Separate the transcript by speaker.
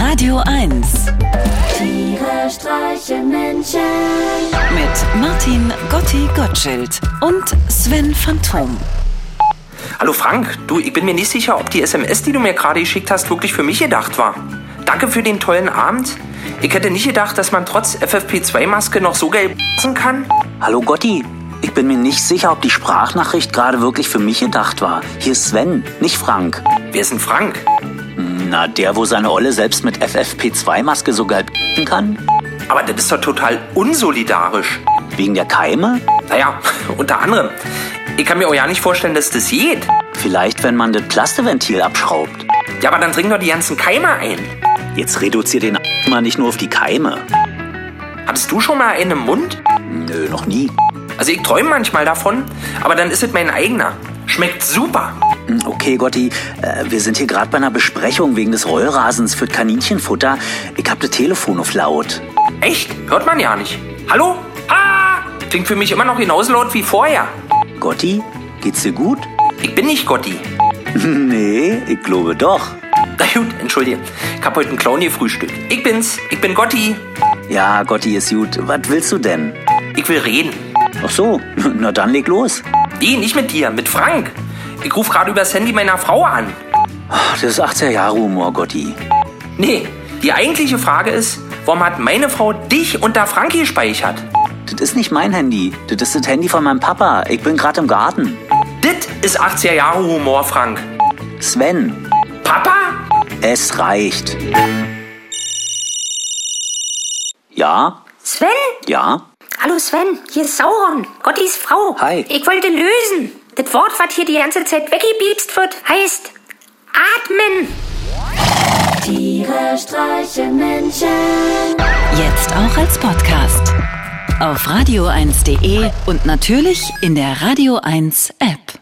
Speaker 1: Radio 1
Speaker 2: Tiere streichen Menschen.
Speaker 1: mit Martin Gotti Gottschild und Sven Phantom.
Speaker 3: Hallo Frank, du, ich bin mir nicht sicher, ob die SMS, die du mir gerade geschickt hast, wirklich für mich gedacht war. Danke für den tollen Abend. Ich hätte nicht gedacht, dass man trotz FFP2-Maske noch so gelb kann.
Speaker 4: Hallo Gotti, ich bin mir nicht sicher, ob die Sprachnachricht gerade wirklich für mich gedacht war. Hier ist Sven, nicht Frank.
Speaker 3: Wer ist denn Frank?
Speaker 4: Na, der, wo seine Olle selbst mit FFP2-Maske sogar kann?
Speaker 3: Aber das ist doch total unsolidarisch.
Speaker 4: Wegen der Keime?
Speaker 3: Naja, unter anderem. Ich kann mir auch ja nicht vorstellen, dass das geht.
Speaker 4: Vielleicht, wenn man das Plasteventil abschraubt.
Speaker 3: Ja, aber dann dringen doch die ganzen Keime ein.
Speaker 4: Jetzt reduziert den mal nicht nur auf die Keime.
Speaker 3: Hattest du schon mal einen im Mund?
Speaker 4: Nö, noch nie.
Speaker 3: Also ich träume manchmal davon, aber dann ist es mein eigener. Schmeckt super.
Speaker 4: Hm, Okay, Gotti, äh, wir sind hier gerade bei einer Besprechung wegen des Rollrasens für Kaninchenfutter. Ich hab das Telefon auf laut.
Speaker 3: Echt? Hört man ja nicht. Hallo? Ah! Klingt für mich immer noch genauso laut wie vorher.
Speaker 4: Gotti, geht's dir gut?
Speaker 3: Ich bin nicht Gotti.
Speaker 4: nee, ich glaube doch.
Speaker 3: Na gut, entschuldige. Ich hab heute einen Clown gefrühstückt. Ich bin's. Ich bin Gotti.
Speaker 4: Ja, Gotti ist gut. Was willst du denn?
Speaker 3: Ich will reden.
Speaker 4: Ach so, na dann leg los.
Speaker 3: Nee, nicht mit dir, mit Frank. Ich ruf gerade übers Handy meiner Frau an.
Speaker 4: Ach, Das ist 80er Jahre Humor, Gotti.
Speaker 3: Nee, die eigentliche Frage ist, warum hat meine Frau dich unter Frank gespeichert?
Speaker 4: Das ist nicht mein Handy. Das ist das Handy von meinem Papa. Ich bin gerade im Garten.
Speaker 3: Dit ist 80er Jahre Humor, Frank.
Speaker 4: Sven,
Speaker 3: Papa?
Speaker 4: es reicht. Ja,
Speaker 5: Sven?
Speaker 4: ja.
Speaker 5: Hallo Sven, hier ist Sauron, Gottis Frau.
Speaker 4: Hi.
Speaker 5: Ich wollte lösen. Das Wort, was hier die ganze Zeit weggebiebst wird, heißt atmen.
Speaker 2: Tiere streichen Menschen.
Speaker 1: Jetzt auch als Podcast. Auf radio1.de und natürlich in der Radio 1 App.